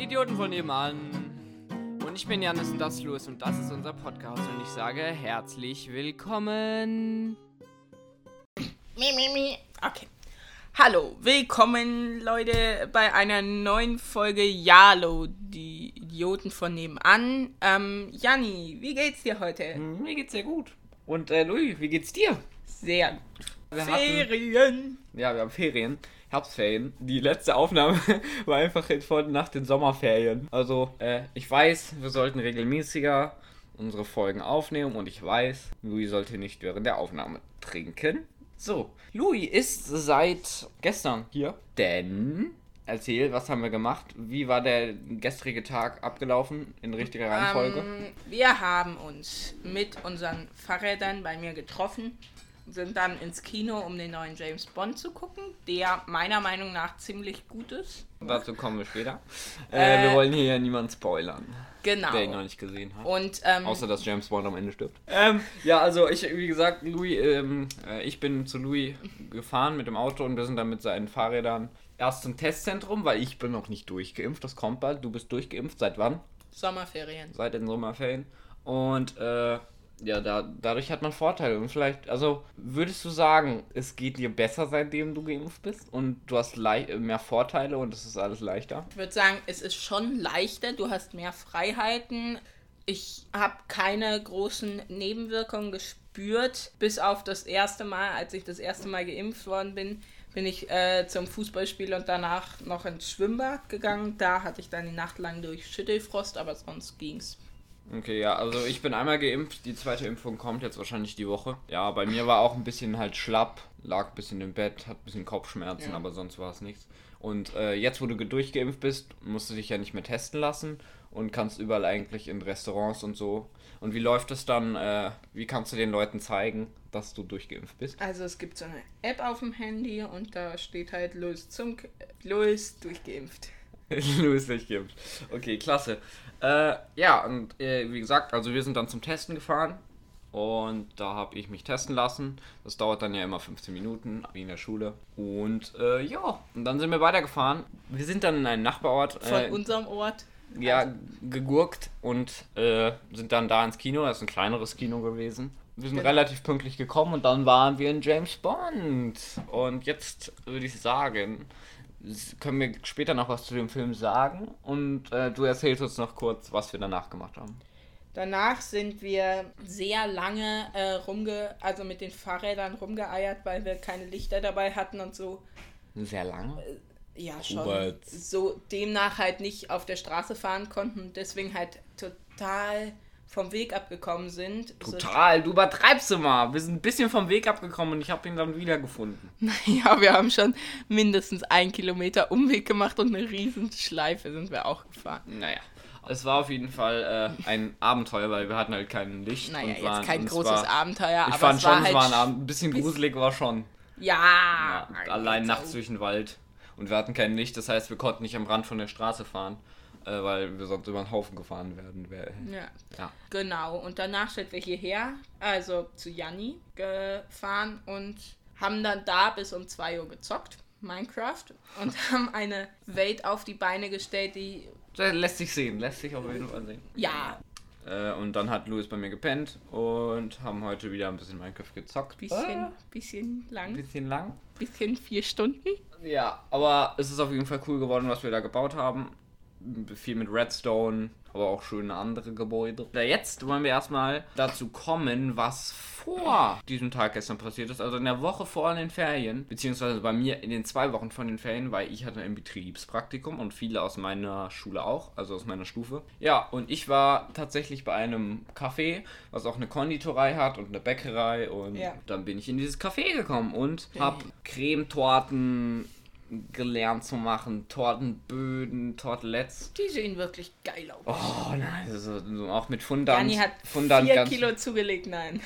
Idioten von nebenan. Und ich bin Janis und das ist Louis und das ist unser Podcast und ich sage herzlich willkommen. Mimimi. Okay. Hallo, willkommen Leute bei einer neuen Folge Yalo, die Idioten von nebenan. Ähm, Janni, wie geht's dir heute? Mir geht's sehr gut. Und äh, Louis, wie geht's dir? Sehr gut. Wir hatten, Ferien. ja, wir haben Ferien, Herbstferien. Die letzte Aufnahme war einfach jetzt vor nach den Sommerferien. Also, äh, ich weiß, wir sollten regelmäßiger unsere Folgen aufnehmen und ich weiß, Louis sollte nicht während der Aufnahme trinken. So, Louis ist seit gestern hier, denn erzähl, was haben wir gemacht? Wie war der gestrige Tag abgelaufen in richtiger Reihenfolge? Ähm, wir haben uns mit unseren Fahrrädern bei mir getroffen, sind dann ins Kino, um den neuen James Bond zu gucken, der meiner Meinung nach ziemlich gut ist. Dazu kommen wir später. Äh, wir Äh, wollen hier ja niemanden spoilern, Genau. der ihn noch nicht gesehen hat. Und ähm, Außer dass James Bond am Ende stirbt. Mhm. Ähm, ja, also ich, wie gesagt, Louis, ähm, äh, ich bin zu Louis gefahren mit dem Auto und wir sind dann mit seinen Fahrrädern erst zum Testzentrum, weil ich bin noch nicht durchgeimpft. Das kommt bald. Du bist durchgeimpft. Seit wann? Sommerferien. Seit den Sommerferien. Und äh, ja, da, dadurch hat man Vorteile. Und vielleicht, also würdest du sagen, es geht dir besser, seitdem du geimpft bist und du hast lei- mehr Vorteile und es ist alles leichter? Ich würde sagen, es ist schon leichter, du hast mehr Freiheiten. Ich habe keine großen Nebenwirkungen gespürt, bis auf das erste Mal, als ich das erste Mal geimpft worden bin, bin ich äh, zum Fußballspiel und danach noch ins Schwimmbad gegangen. Da hatte ich dann die Nacht lang durch Schüttelfrost, aber sonst ging's. Okay, ja, also ich bin einmal geimpft, die zweite Impfung kommt jetzt wahrscheinlich die Woche. Ja, bei mir war auch ein bisschen halt schlapp, lag ein bisschen im Bett, hat ein bisschen Kopfschmerzen, Ja. aber sonst war es nichts. Und äh, jetzt, wo du ge- durchgeimpft bist, musst du dich ja nicht mehr testen lassen und kannst überall eigentlich in Restaurants und so. Und wie läuft es dann, äh, wie kannst du den Leuten zeigen, dass du durchgeimpft bist? Also es gibt so eine App auf dem Handy und da steht halt Louis zum Louis durchgeimpft. Louis nicht gibt. Okay, klasse. Äh, ja, und äh, wie gesagt, also wir sind dann zum Testen gefahren und da habe ich mich testen lassen. Das dauert dann ja immer 15 Minuten, wie in der Schule. Und äh, ja, und dann sind wir weitergefahren. Wir sind dann in einen Nachbarort. Von äh, unserem Ort. Also ja, gegurkt und äh, sind dann da ins Kino. Das ist ein kleineres Kino gewesen. Wir sind Genau. relativ pünktlich gekommen und dann waren wir in James Bond. Und jetzt würde ich sagen, s- können wir später noch was zu dem Film sagen und äh, du erzählst uns noch kurz, was wir danach gemacht haben. Danach sind wir sehr lange äh, rumge, also mit den Fahrrädern rumgeeiert, weil wir keine Lichter dabei hatten und so. Sehr lange. Äh, Ja, schon. Robert. So demnach halt nicht auf der Straße fahren konnten, deswegen halt total vom Weg abgekommen sind. Total, du übertreibst immer. Wir sind ein bisschen vom Weg abgekommen und ich habe ihn dann wiedergefunden. Ja, wir haben schon mindestens einen Kilometer Umweg gemacht und eine riesen Schleife sind wir auch gefahren. Naja. Es war auf jeden Fall äh, ein Abenteuer, weil wir hatten halt kein Licht. Naja, jetzt waren- kein und es großes war- Abenteuer, Ich aber fand es war schon, es halt Ah, war ein Abend. Ein bisschen gruselig war schon. Ja, genau. Ja, allein nachts durch den Wald. Und wir hatten kein Licht, das heißt, wir konnten nicht am Rand von der Straße fahren, äh, weil wir sonst über den Haufen gefahren werden. wär- Ja, Ja. Genau, und danach sind wir hierher, also zu Janni gefahren und haben dann da bis um 2 Uhr gezockt, Minecraft, und haben eine Welt auf die Beine gestellt, die, Das lässt sich sehen, lässt sich auf jeden Fall sehen. ja, Äh, und dann hat Louis bei mir gepennt und haben heute wieder ein bisschen Minecraft gezockt. bisschen, Ah, bisschen Ein lang, bisschen lang. bisschen vier Stunden. Ja, aber es ist auf jeden Fall cool geworden, was wir da gebaut haben. Viel mit Redstone, aber auch schöne andere Gebäude. Da jetzt wollen wir erstmal dazu kommen, was vor diesem Tag gestern passiert ist. Also in der Woche vor den Ferien, beziehungsweise bei mir in den zwei Wochen von den Ferien, weil ich hatte ein Betriebspraktikum und viele aus meiner Schule auch, also aus meiner Stufe. Ja, und ich war tatsächlich bei einem Café, was auch eine Konditorei hat und eine Bäckerei und Ja. dann bin ich in dieses Café gekommen und habe Cremetorten gelernt zu machen, Tortenböden, Tortelettes. Die sehen wirklich geil aus. Oh nein, das ist so, auch mit Fundant. Janni hat Fundant vier ganz- Kilo zugelegt, nein.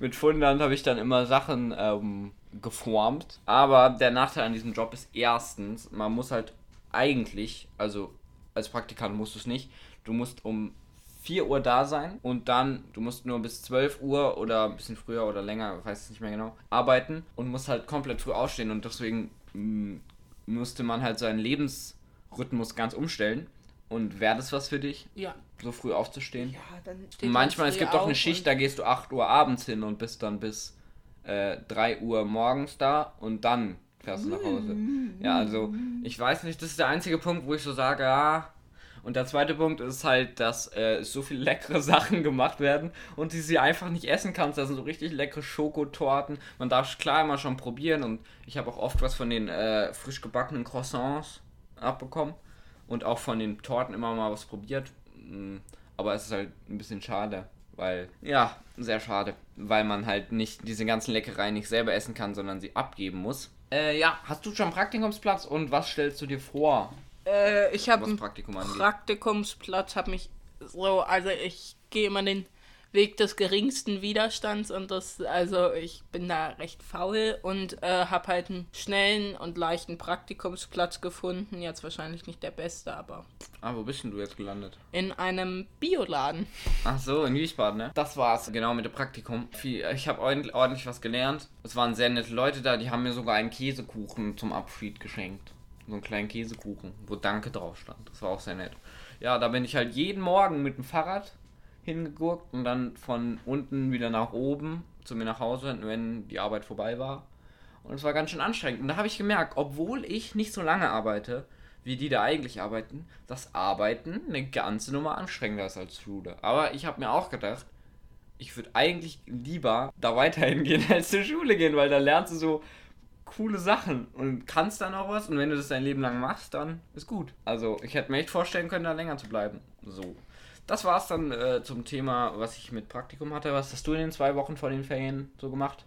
Mit Fundant habe ich dann immer Sachen ähm, geformt. Aber der Nachteil an diesem Job ist erstens, man muss halt eigentlich, also als Praktikant musst du es nicht, du musst um 4 Uhr da sein und dann, du musst nur bis 12 Uhr oder ein bisschen früher oder länger, ich weiß es nicht mehr genau, arbeiten und musst halt komplett früh aufstehen hm, und deswegen mm, musste man halt seinen Lebensrhythmus ganz umstellen Und wäre das was für dich, Ja. so früh aufzustehen? Ja, dann steht und manchmal, man es gibt früh auch eine auf Schicht, und- da gehst du 8 Uhr abends hin und bist dann bis äh, 3 Uhr morgens da und dann fährst du nach Hause. Ja, also ich weiß nicht, das ist der einzige Punkt, wo ich so sage, ja. Und der zweite Punkt ist halt, dass äh, so viele leckere Sachen gemacht werden und die sie einfach nicht essen kannst. Das sind so richtig leckere Schokotorten. Man darf klar immer schon probieren und ich habe auch oft was von den äh, frisch gebackenen Croissants abbekommen und auch von den Torten immer mal was probiert. Mm, Aber es ist halt ein bisschen schade, weil, ja, sehr schade, weil man halt nicht diese ganzen Leckereien nicht selber essen kann, sondern sie abgeben muss. Äh, ja, hast du schon einen Praktikumsplatz und was stellst du dir vor, Äh, ich habe was einen Praktikum angeht? Praktikumsplatz, habe mich so, also ich gehe immer den Weg des geringsten Widerstands und das, also ich bin da recht faul und äh, habe halt einen schnellen und leichten Praktikumsplatz gefunden. Jetzt wahrscheinlich nicht der beste, aber Ah, wo bist denn du jetzt gelandet? in einem Bioladen. Ach so, in Wiesbaden, ne? Das war's, genau, mit dem Praktikum. Viel- Ich habe ordentlich was gelernt. Es waren sehr nette Leute da, die haben mir sogar einen Käsekuchen zum Abschied geschenkt. So einen kleinen Käsekuchen, wo Danke drauf stand. Das war auch sehr nett. Ja, da bin ich halt jeden Morgen mit dem Fahrrad hingegurkt und dann von unten wieder nach oben zu mir nach Hause, wenn die Arbeit vorbei war. Und es war ganz schön anstrengend. Und da habe ich gemerkt, obwohl ich nicht so lange arbeite, wie die da eigentlich arbeiten, dass Arbeiten eine ganze Nummer anstrengender ist als Schule. Aber ich habe mir auch gedacht, ich würde eigentlich lieber da weiterhin gehen, als zur Schule gehen, weil da lernst du so coole Sachen und kannst dann auch was. Und wenn du das dein Leben lang machst, dann ist gut. Also ich hätte mir echt vorstellen können, da länger zu bleiben. So. Das war's dann äh, zum Thema, was ich mit Praktikum hatte. Was hast du in den zwei Wochen vor den Ferien so gemacht?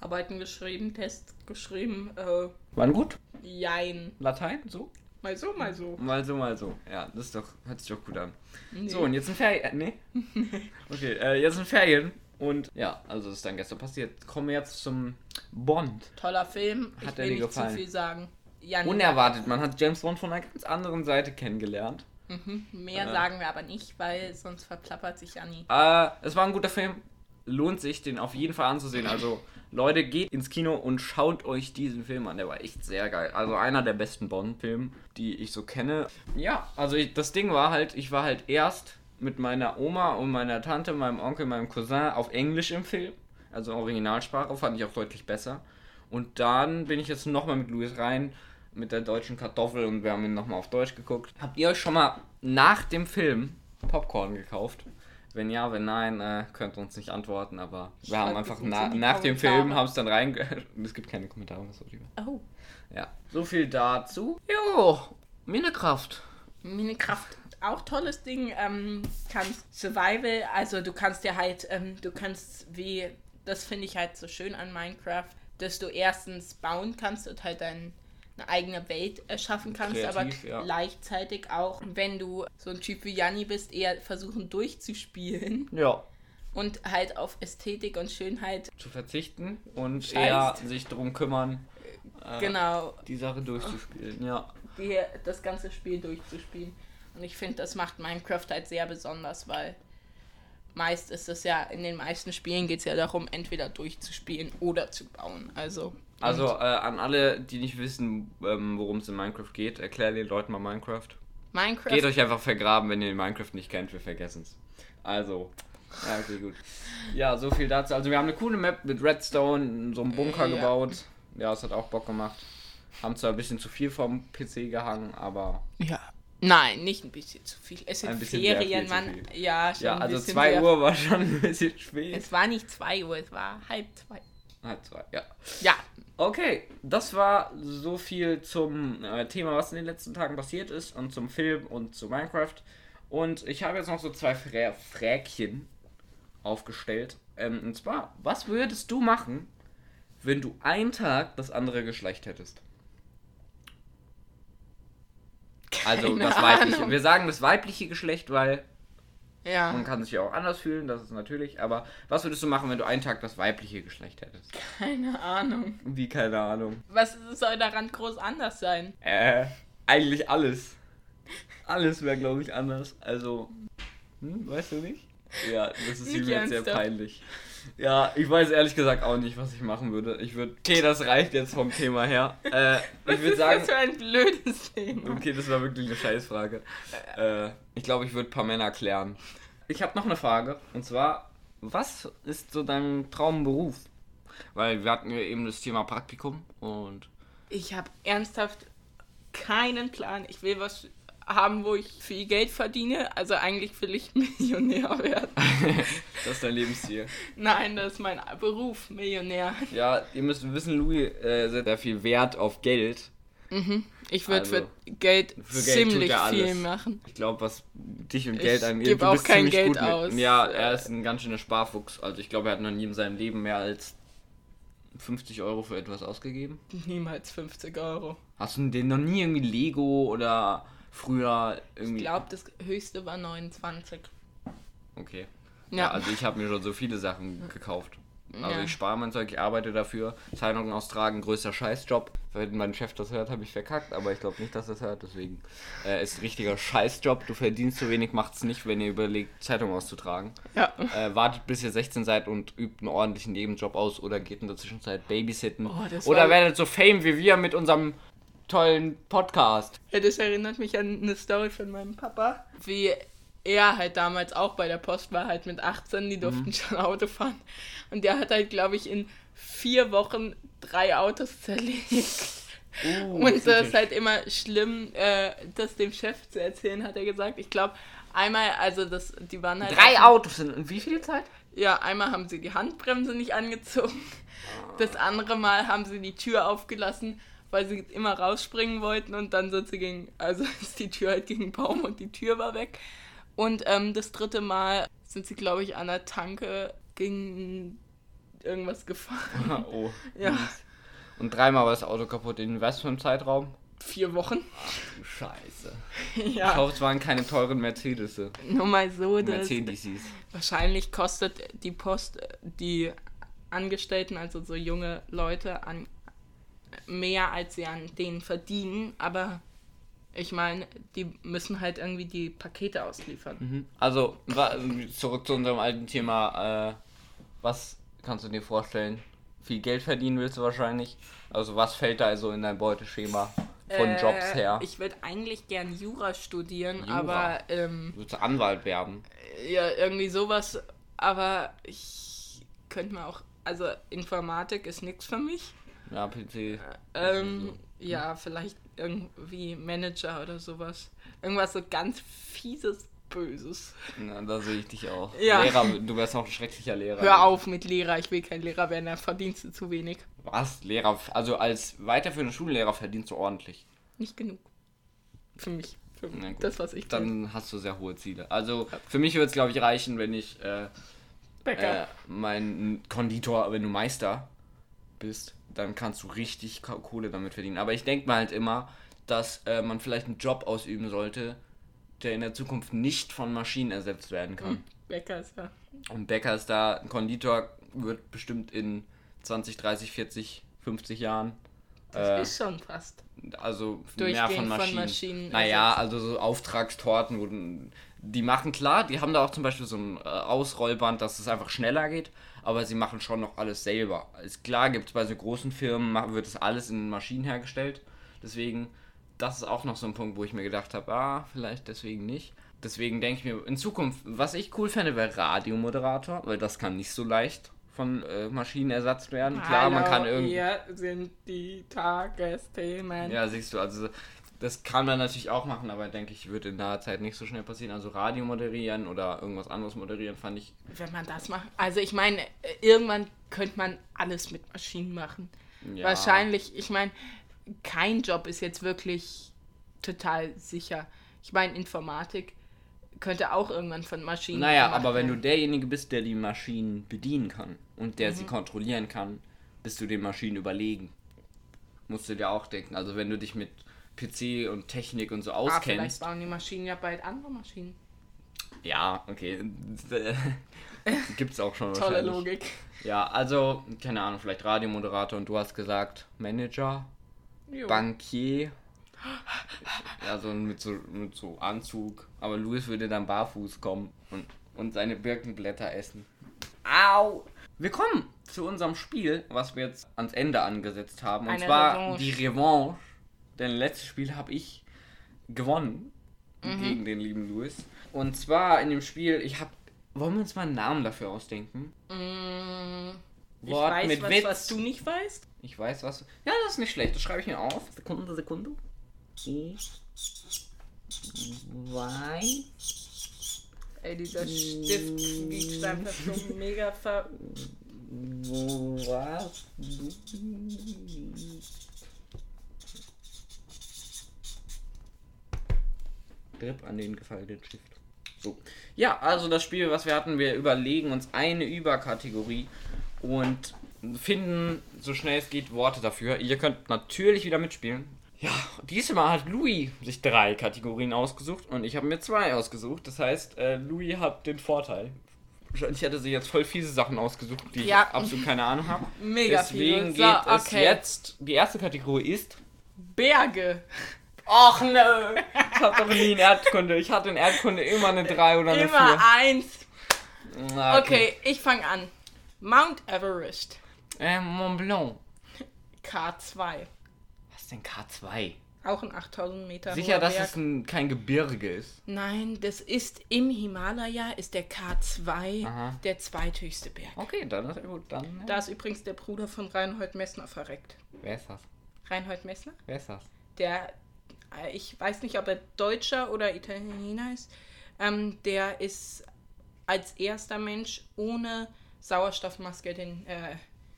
Arbeiten geschrieben, Test geschrieben, äh, Waren gut? jein. Latein? So? Mal so, mal so. Mal so, mal so. Ja, das ist doch, hört sich doch gut an. Nee. Mhm. So, und jetzt sind Ferien. Äh, nee? Okay, äh, jetzt sind Ferien. Und ja, also das ist dann gestern passiert. Kommen wir jetzt zum Bond. Toller Film. Hat er ich will dir nicht gefallen? zu viel sagen. Ja, Unerwartet, man hat James Bond von einer ganz anderen Seite kennengelernt. Mhm. mehr Ja. sagen wir aber nicht, weil sonst verplappert sich Anni. Äh, es war ein guter Film. Lohnt sich, den auf jeden Fall anzusehen. Also, Leute, geht ins Kino und schaut euch diesen Film an. Der war echt sehr geil. Also, einer der besten Bond-Filme, die ich so kenne. Ja, also ich, das Ding war halt, ich war halt erst mit meiner Oma und meiner Tante, meinem Onkel, meinem Cousin auf Englisch im Film. Also Originalsprache fand ich auch deutlich besser. Und dann bin ich jetzt nochmal mit Luis rein, mit der deutschen Kartoffel und wir haben ihn nochmal auf Deutsch geguckt. Habt ihr euch schon mal nach dem Film Popcorn gekauft? Wenn ja, wenn nein, äh, könnt ihr uns nicht antworten, aber wir Schreibt haben es einfach uns na, in die nach dem Film Kommentare. haben es dann rein. es gibt keine Kommentare, das war lieber. Oh. Ja, so viel dazu. Jo, Minecraft. Minecraft, auch tolles Ding. Ähm, kannst Survival, also du kannst dir halt, ähm, du kannst wie, das finde ich halt so schön an Minecraft, dass du erstens bauen kannst und halt dein eine eigene Welt erschaffen kannst, Kreativ, aber ja. gleichzeitig auch, wenn du so ein Typ wie Janni bist, eher versuchen durchzuspielen Ja. und halt auf Ästhetik und Schönheit Zu verzichten und Scheißt. eher sich darum kümmern, äh, genau die Sache durchzuspielen. Ja. die, das ganze Spiel durchzuspielen. Und ich finde, das macht Minecraft halt sehr besonders, weil meist ist es ja, in den meisten Spielen geht es ja darum, entweder durchzuspielen oder zu bauen. Also, Also äh, an alle, die nicht wissen, ähm, worum es in Minecraft geht, erklär den Leuten mal Minecraft. Minecraft. Geht euch einfach vergraben, wenn ihr Minecraft nicht kennt, wir vergessen es. Also. Ja, okay, gut. Ja, so viel dazu. Also wir haben eine coole Map mit Redstone, so einen Bunker Ja. gebaut. Ja, es hat auch Bock gemacht. Haben zwar ein bisschen zu viel vom PC gehangen, aber ja. Nein, nicht ein bisschen zu viel. Es sind Ein bisschen sehr viel Ferien, zu Mann. viel. Ja, schon ja, ein also bisschen 2 sehr- Uhr war schon ein bisschen spät. Es war nicht 2 Uhr, es war halb zwei. Halb zwei, ja. Ja, Okay, das war so viel zum äh, Thema, was in den letzten Tagen passiert ist und zum Film und zu Minecraft. Und ich habe jetzt noch so zwei Frä Fräkchen aufgestellt. Ähm, und zwar, was würdest du machen, wenn du einen Tag das andere Geschlecht hättest? also Keine das weibliche. Ahnung. Wir sagen das weibliche Geschlecht, weil man ja. kann sich ja auch anders fühlen, das ist natürlich. Aber was würdest du machen, wenn du einen Tag das weibliche Geschlecht hättest? Keine Ahnung. Wie, keine Ahnung. Was soll daran groß anders sein? Äh, eigentlich alles. Alles wäre, glaube ich, anders. Also, hm, weißt du nicht? Ja, das ist Nicht ihm jetzt sehr ernsthaft. peinlich. Ja, ich weiß ehrlich gesagt auch nicht, was ich machen würde. Ich würde. Okay, das reicht jetzt vom Thema her. Äh, Was ich würde ist sagen. das für ein blödes Thema? Okay, das war wirklich eine Scheißfrage. Äh, ich glaube, ich würde ein paar Männer klären. Ich habe noch eine Frage. Und zwar, was ist so dein Traumberuf? Weil wir hatten ja eben das Thema Praktikum und Ich habe ernsthaft keinen Plan. Ich will was haben, wo ich viel Geld verdiene. Also eigentlich will ich Millionär werden. das ist dein Lebensziel. Nein, das ist mein Beruf, Millionär. Ja, ihr müsst wissen, Louis äh, setzt sehr viel Wert auf Geld. Ich würde Also, für Geld Geld tut ziemlich er alles. viel machen. Ich glaube, was dich und Geld angeht, geb du auch bist kein ziemlich Geld gut mit- aus. Ja, er ist ein ganz schöner Sparfuchs. Also ich glaube, er hat noch nie in seinem Leben mehr als 50 Euro für etwas ausgegeben. Niemals 50 Euro. Hast du denn noch nie irgendwie Lego oder früher irgendwie? Ich glaube, das höchste war 29. Okay. Ja. Ja. also ich habe mir schon so viele Sachen gekauft. Also Ja. ich spare mein Zeug, ich arbeite dafür. Zeitungen austragen, größter Scheißjob. Wenn mein Chef das hört, habe ich verkackt, aber ich glaube nicht, dass er es hört, deswegen. Äh, ist ein richtiger Scheißjob. Du verdienst zu wenig, macht's nicht, wenn ihr überlegt, Zeitung auszutragen. Ja. Äh, wartet, bis ihr 16 seid und übt einen ordentlichen Nebenjob aus oder geht in der Zwischenzeit Babysitten. Oh, das war- oder werdet so fame wie wir mit unserem tollen Podcast. Ja, das erinnert mich an eine Story von meinem Papa. Wie er halt damals auch bei der Post war, halt mit 18, die durften schon Auto fahren. Und der hat halt, glaube ich, in vier Wochen drei Autos zerlegt. Und das ist halt immer schlimm, äh, das dem Chef zu erzählen, hat er gesagt. Ich glaube, einmal, also das, die waren halt. Drei Autos in, in wie viel Zeit? Ja, einmal haben sie die Handbremse nicht angezogen. Das andere Mal haben sie die Tür aufgelassen, weil sie immer rausspringen wollten und dann sind sie gegen, also ist die Tür halt gegen den Baum und die Tür war weg. Und ähm, das dritte Mal sind sie, glaube ich, an der Tanke gegen irgendwas gefahren. oh. Ja, Und dreimal war das Auto kaputt. In was für einem Zeitraum? vier Wochen. Scheiße. Ich Ja, hoffe, es waren keine teuren Mercedes. äh, nur mal so. Das Mercedes. wahrscheinlich kostet die Post äh, die Angestellten, also so junge Leute, an mehr als sie an denen verdienen, aber ich meine, die müssen halt irgendwie die Pakete ausliefern. Also, wa- zurück zu unserem alten Thema. Äh, was kannst du dir vorstellen? Viel Geld verdienen willst du wahrscheinlich. Also, was fällt da also in dein Beuteschema von Äh, Jobs her? Ich würde eigentlich gern Jura studieren, Jura. aber ähm, Du willst Anwalt werden. ja, irgendwie sowas, aber ich könnte mir auch, also Informatik ist nichts für mich. Ja, PC. hm? Ähm, ja, vielleicht irgendwie Manager oder sowas. Irgendwas so ganz fieses, böses. Also, Na, da sehe ich dich auch. Ja. Lehrer, du wärst noch ein schrecklicher Lehrer. Hör auf mit Lehrer, ich will kein Lehrer werden, da verdienst du zu wenig. Was? Lehrer, also als weiterführender Schullehrer verdienst du ordentlich. Nicht genug. Für mich. Für Na gut. das, was ich will. Dann hast du sehr hohe Ziele. Also für mich würde es, glaube ich, reichen, wenn ich äh, Bäcker. äh, mein Konditor, wenn du Meister bist, dann kannst du richtig Ka- Kohle damit verdienen. Aber ich denke mal halt immer, dass äh, man vielleicht einen Job ausüben sollte, der in der Zukunft nicht von Maschinen ersetzt werden kann. Hm. Bäcker ist ja. Und Bäcker ist da, ein Konditor wird bestimmt in 20, 30, 40, 50 Jahren. Das äh, ist schon fast. also mehr Durchgehend von von Maschinen. Maschinen naja, also so Auftragstorten, wo du- die machen klar, die haben da auch zum Beispiel so ein äh, Ausrollband, dass es einfach schneller geht, aber sie machen schon noch alles selber. Ist klar, gibt es bei so großen Firmen, ma- wird das alles in Maschinen hergestellt. Deswegen, das ist auch noch so ein Punkt, wo ich mir gedacht habe, ah, vielleicht deswegen nicht. Deswegen denke ich mir, in Zukunft, was ich cool fände, wäre Radiomoderator, weil das kann nicht so leicht von äh, Maschinen ersetzt werden. Klar, man kann Hallo, irgendwie. Hier sind die Tagesthemen. Ja, siehst du, also das kann man natürlich auch machen, aber denke ich, wird in naher Zeit nicht so schnell passieren. Also Radio moderieren oder irgendwas anderes moderieren fand ich. Wenn man das macht. Also ich meine, irgendwann könnte man alles mit Maschinen machen. Ja. Wahrscheinlich, ich meine, kein Job ist jetzt wirklich total sicher. Ich meine, Informatik könnte auch irgendwann von Maschinen. Naja, gemacht aber wenn du werden. derjenige bist, der die Maschinen bedienen kann und der Mhm. sie kontrollieren kann, bist du den Maschinen überlegen. Musst du dir auch denken. Also wenn du dich mit PC und Technik und so ah, vielleicht auskennst. bauen die Maschinen ja bald andere Maschinen. Ja, okay. Gibt's auch schon Tolle wahrscheinlich. Logik. Ja, also, keine Ahnung, vielleicht Radiomoderator und du hast gesagt, Manager. Jo. Bankier. Also mit so, mit so Anzug. Aber Louis würde dann barfuß kommen und, und seine Birkenblätter essen. Au! Wir kommen zu unserem Spiel, was wir jetzt ans Ende angesetzt haben. Und Eine zwar Revanche. die Revanche. Denn letztes Spiel habe ich gewonnen Mhm. gegen den lieben Louis. Und zwar in dem Spiel, ich habe. Wollen wir uns mal einen Namen dafür ausdenken? Mm, ich Wort weiß mit was, Witz. was du nicht weißt. Ich weiß was. Ja, das ist nicht schlecht. Das schreibe ich mir auf. Sekunde, Sekunde. Zwei. Ey, dieser Stift liegt einfach so mega ver... Wo warst du? Grip an den gefalteten Stift. So. Ja, also das Spiel, was wir hatten, wir überlegen uns eine Überkategorie und finden, so schnell es geht, Worte dafür. Ihr könnt natürlich wieder mitspielen. Ja, diesmal hat Louis sich drei Kategorien ausgesucht und ich habe mir zwei ausgesucht. Das heißt, äh, Louis hat den Vorteil. Wahrscheinlich hätte sie jetzt voll fiese Sachen ausgesucht, die Ja. ich absolut keine Ahnung habe. Mega Deswegen viele. geht es jetzt. Die erste Kategorie ist. Berge. Och nö! Ich hab doch nie in Erdkunde. Ich hatte in Erdkunde immer eine 3 oder eine Immer 4. eins. Okay, ich fange an. Mount Everest. Äh, Mont Blanc. K2. Was ist denn K2? Auch ein 8000 Meter Sicher, hoher dass Berg. es ein, kein Gebirge ist. Nein, das ist im Himalaya, ist der K2 Aha. der zweithöchste Berg. Okay, dann ist ja gut. Dann, Da ist übrigens der Bruder von Reinhold Messner verreckt. Wer ist das? Reinhold Messner? Wer ist das? Der, äh, ich weiß nicht, ob er Deutscher oder Italiener ist, ähm, der ist als erster Mensch ohne Sauerstoffmaske den äh,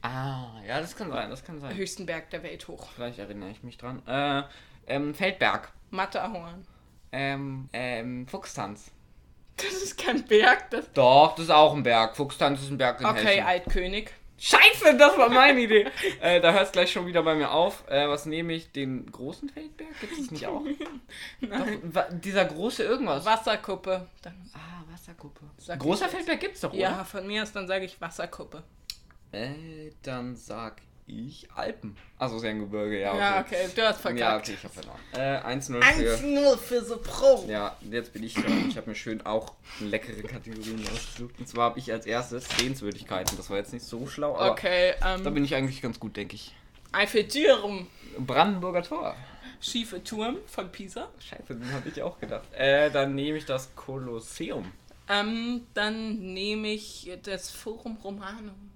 Ah, ja, das kann sein, das kann sein. höchsten Berg der Welt hoch. Vielleicht erinnere ich mich dran. Äh, ähm, Feldberg. Matterhorn. Ähm, ähm, Fuchstanz. Das ist kein Berg. Das Doch, das ist auch ein Berg. Fuchstanz ist ein Berg in okay, Hessen. Altkönig. Scheiße, das war meine Idee. äh, da hört es gleich schon wieder bei mir auf. Äh, was nehme ich? Den großen Feldberg? Gibt es nicht auch? Doch, wa- dieser große irgendwas. Wasserkuppe. Dann, Ah, Wasserkuppe. Sag Großer ich jetzt. Feldberg gibt's doch, oder? ja, von mir aus, dann sage ich Wasserkuppe. Äh, dann sag ich Alpen. Also ist ja ein Gebirge, ja. Okay. Ja, okay, du hast verkackt. Ja, okay, ich hab verloren. Äh, 1-0 für... 1-0 für so Pro. Ja, jetzt bin ich dran. Ich habe mir schön auch leckere Kategorien ausgesucht. Und zwar habe ich als erstes Sehenswürdigkeiten. Das war jetzt nicht so schlau, aber Okay, da ähm, bin ich eigentlich ganz gut, denke ich. Eiffeltürm, Brandenburger Tor. schiefe Turm von Pisa. Scheiße, den habe ich auch gedacht. Äh, dann nehme ich das Kolosseum. Ähm, dann nehme ich das Forum Romanum.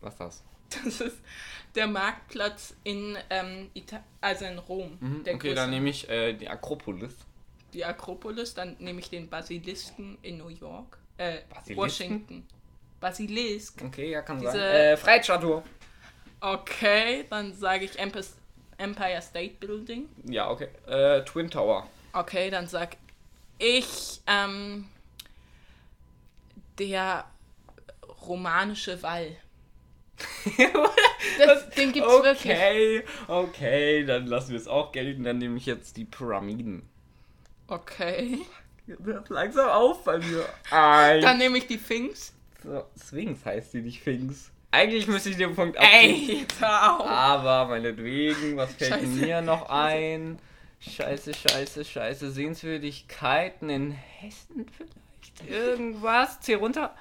Was ist das? Das ist der Marktplatz in, ähm, Ita also in Rom. der Hm, Mhm, okay, dann nehme ich äh, die Akropolis. die Akropolis, dann nehme ich den Basilisken in New York. Äh, Basilisken? Washington. Basilisk. Okay, ja, kann Diese- sein. Äh, Freiheitsstatue. Okay, dann sage ich Empes- Empire State Building. Ja, okay. Äh, Twin Tower. Okay, dann sag ich, ähm, der romanische Wall. Das, den gibt's wirklich. okay, okay, dann lassen wir es auch gelten. Dann nehme ich jetzt die Pyramiden. Okay. Das langsam auf bei mir. Ein. Dann nehme ich die Finks. so, Sphinx heißt die nicht Sphinx. Eigentlich müsste ich den Punkt abgeben. Ey, jetzt hör auf. Aber meinetwegen, was fällt Scheiße. mir noch ein? Scheiße, scheiße, scheiße. Sehenswürdigkeiten in Hessen vielleicht? Irgendwas? Zieh runter.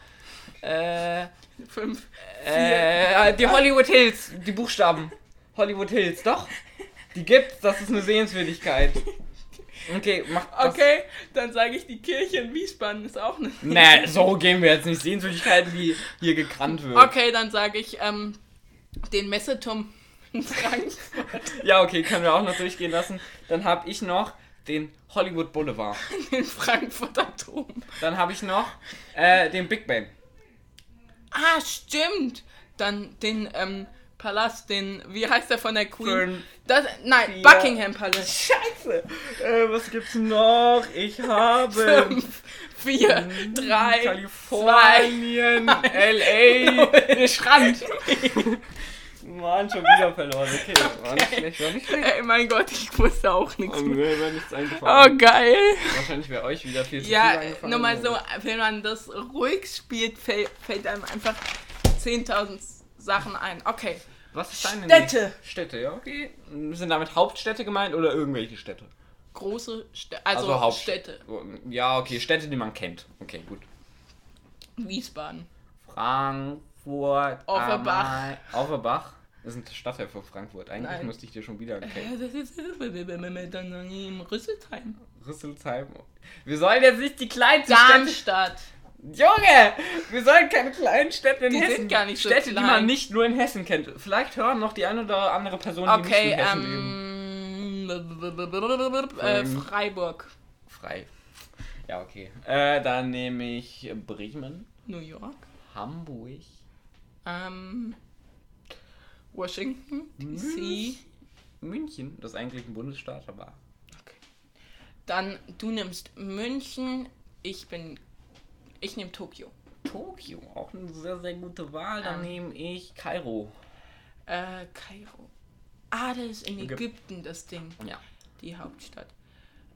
Äh, Fünf. äh, die Hollywood Hills, die Buchstaben. Hollywood Hills, doch. Die gibt's, das ist eine Sehenswürdigkeit. Okay, mach das. Okay, dann sage ich, die Kirche in Wiesbaden ist auch eine. Nee, so gehen wir jetzt nicht. Sehenswürdigkeiten, die hier gekannt wird. Okay, dann sage ich, ähm, den Messeturm in Frankfurt. Ja, okay, können wir auch noch durchgehen lassen. Dann habe ich noch den Hollywood Boulevard. Den Frankfurter Dom. Dann habe ich noch äh, den Big Bang. Ah, stimmt. Dann den, ähm, Palast, den, wie heißt der von der Queen? Fünf, Das, nein, vier. Buckingham Palace. Scheiße! Äh, was gibt's noch? Ich habe. 5, 4, Mhm. 3, 2, Kalifornien, LA, der Strand. Mann, schon wieder verloren. Okay, war nicht schlecht, war nicht schlecht. Ey, Äh, mein Gott, ich wusste auch nichts Oh, mehr. mir wäre nichts Oh, eingefallen. geil. Wahrscheinlich wäre euch wieder viel zu viel Ja, eingefallen. nur mal so, wenn man das ruhig spielt, fällt, fällt einem einfach 10.000 Sachen ein. Okay. Was ist deine Städte. Städte, ja, okay. Sind damit Hauptstädte gemeint oder irgendwelche Städte? Große Städte, also, Städte. Ja, okay, Städte, die man kennt. Okay, gut. Wiesbaden. Frankfurt. Frankfurt. am Offenbach. Main. Offenbach. Das ist ein Stadtteil von Frankfurt. Eigentlich Nein. müsste ich dir schon wieder okay. Ja, das ist dann im Rüsselsheim. Rüsselsheim. Wir sollen jetzt nicht die kleinen Städte. Darmstadt. Junge! Wir sollen keine kleinen Städte in Die sind Hessen. gar nicht so Städte, die man klein. nicht nur in Hessen kennt. Vielleicht hören noch die eine oder andere Person, die Okay, nicht in Hessen leben. ähm. Äh, Ähm. Freiburg, Frei. Ja, okay. Äh, dann nehme ich Bremen, New York, Hamburg, ähm. Washington, DC. München. Das ist eigentlich ein Bundesstaat, aber. Dann du nimmst München, ich bin. Ich nehme Tokio. Tokio, auch eine sehr, sehr gute Wahl. Dann Ähm. nehme ich Kairo. Äh, Kairo. Ah, das ist in Ägyp- Ägypten das Ding, Ja. die Hauptstadt.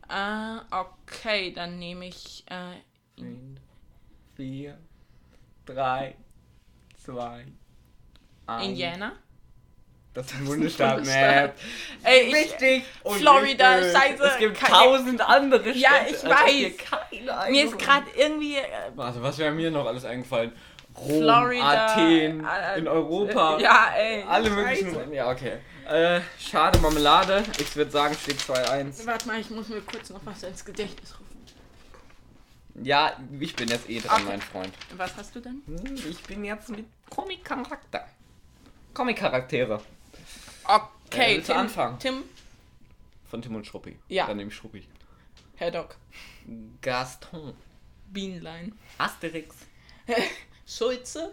Äh, okay, dann nehme ich. Äh, 4, 3, 2, 1. Indiana. Das ist ein Bundesstaat, Bundesstaat. Map. Ey, ich, Richtig. und Florida, richtig. scheiße, Es gibt keine- tausend andere Städte. Also, Ja, ich als ob weiß. dir keine Mir eingefallen ist gerade irgendwie. Äh, Warte, was wäre mir noch alles eingefallen? Rom, Florida, Athen, äh, in Europa. Ja, ey. Alle scheiße. möglichen. Ja, okay. Äh, schade Marmelade. Ich würde sagen, steht 2-1. Warte mal, ich muss mir kurz noch was ins Gedächtnis rufen. Ja, ich bin jetzt eh dran, Okay. mein Freund. Was hast du denn? Hm, Ich bin jetzt mit Comic-Charakter. Comic-Charaktere. Äh, Okay, willst du Tim. anfangen? Tim Von Tim und Schruppi. Ja. Dann nehme ich Schruppi. Haddock. Gaston. Bienenlein. Asterix. Schulze?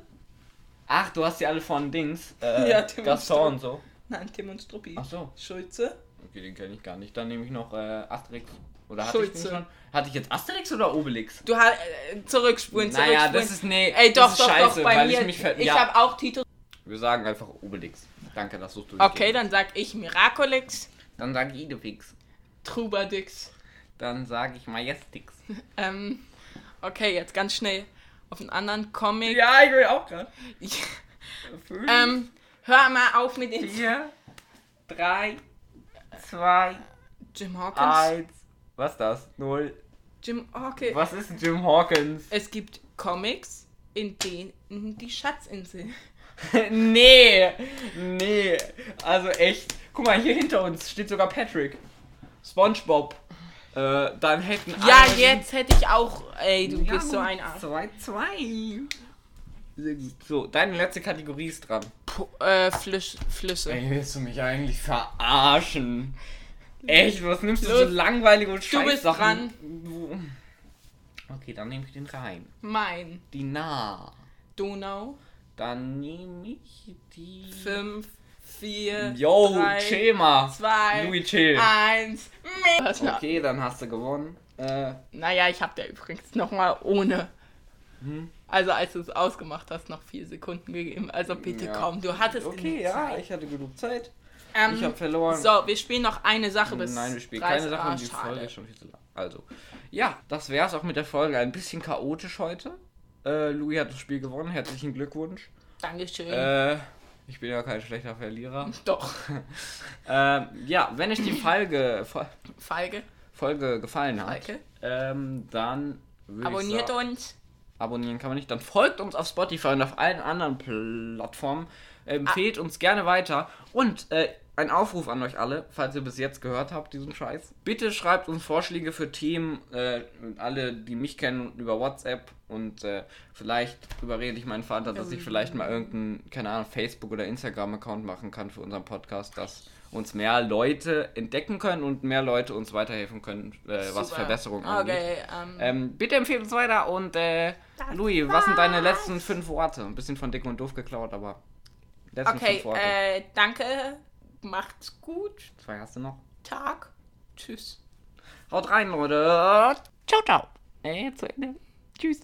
Ach, du hast die alle von Dings. Äh, Ja, Tim und Gaston und so. Nein, Tim und Struppi. Ach so. Schulze? Okay, den kenne ich gar nicht. Dann nehme ich noch äh, Asterix. Oder hatte ich Schulze. den schon? Hatte ich jetzt Asterix oder Obelix? Du hast. Äh, zurückspulen, Naja, zurückspulen. das ist nee, Ey, doch, das ist doch, scheiße, doch, bei weil mir. ich mich ver ich ja, habe auch Titel. wir sagen einfach Obelix. Danke, das suchst du nicht Okay, gegen. dann sag ich Miraculix, dann sage ich Idefix. Trubadix. Dann sage ich Majestix. Ähm, okay, jetzt ganz schnell auf einen anderen Comic. ja, ich will auch gerade. Fünf, ähm, hör mal auf mit den. vier, drei, zwei, Jim Hawkins. eins. Was das? Null. Jim Hawkins. Was ist Jim Hawkins? Es gibt Comics, in denen die Schatzinsel. nee, nee. Also echt. Guck mal, hier hinter uns steht sogar Patrick. SpongeBob. Äh, dann hätten Ah, Ja, alle- jetzt hätte ich auch. Ey, du Ja, bist so gut. ein Arsch. 2, 2. So, deine letzte Kategorie ist dran. äh, Flüsch, Flüsse. Ey, willst du mich eigentlich verarschen? Echt, was nimmst du so Los. langweilige und Du bist Scheißsachen? Okay, dann nehme ich den Rhein. Main, Die Nah. Donau, Dann nehme ich die... 5, 4, Yo, drei, chill mal. 2, Louis, chill. 1. Okay, dann hast du gewonnen. Äh, Naja, ich hab dir übrigens nochmal ohne. Hm. Also, als du es ausgemacht hast, noch vier Sekunden gegeben. Also, bitte Ja. komm, du hattest okay, genug ja, Zeit. ich hatte genug Zeit. Ähm, Ich habe verloren. So, wir spielen noch eine Sache bis. Nein, wir spielen 30. keine Sachen, Ah, die schade. Folge ist schon viel zu lang. Also, ja, das wär's auch mit der Folge. Ein bisschen chaotisch heute. Äh, Louis hat das Spiel gewonnen, herzlichen Glückwunsch. Dankeschön. Äh, ich bin ja kein schlechter Verlierer. Doch, Ähm, ja, wenn euch die Folge, Fol- Falke. Folge gefallen hat, Falke. ähm, dann würde ich Abonniert sagen, uns. abonnieren kann man nicht, dann folgt uns auf Spotify und auf allen anderen Plattformen. Empfehlt uns gerne weiter. Und äh, ein Aufruf an euch alle, falls ihr bis jetzt gehört habt, diesen Scheiß. Bitte schreibt uns Vorschläge für Themen, äh, und alle, die mich kennen, über WhatsApp. Und äh, vielleicht überrede ich meinen Vater, dass ich Ähm. vielleicht mal irgendeinen, keine Ahnung, Facebook- oder Instagram-Account machen kann für unseren Podcast, dass uns mehr Leute entdecken können und mehr Leute uns weiterhelfen können, äh, was Super. Verbesserungen angeht. Okay, ähm, Ähm, bitte empfehlen uns weiter und äh, Louis, was sind deine letzten fünf Worte? Ein bisschen von Dick und Doof geklaut, aber letzten okay fünf Worte. äh, danke. Macht's gut. Zwei hast du noch. Tag. Tschüss. Haut rein, Leute. Ciao, ciao. Äh, zu Ende. Tschüss.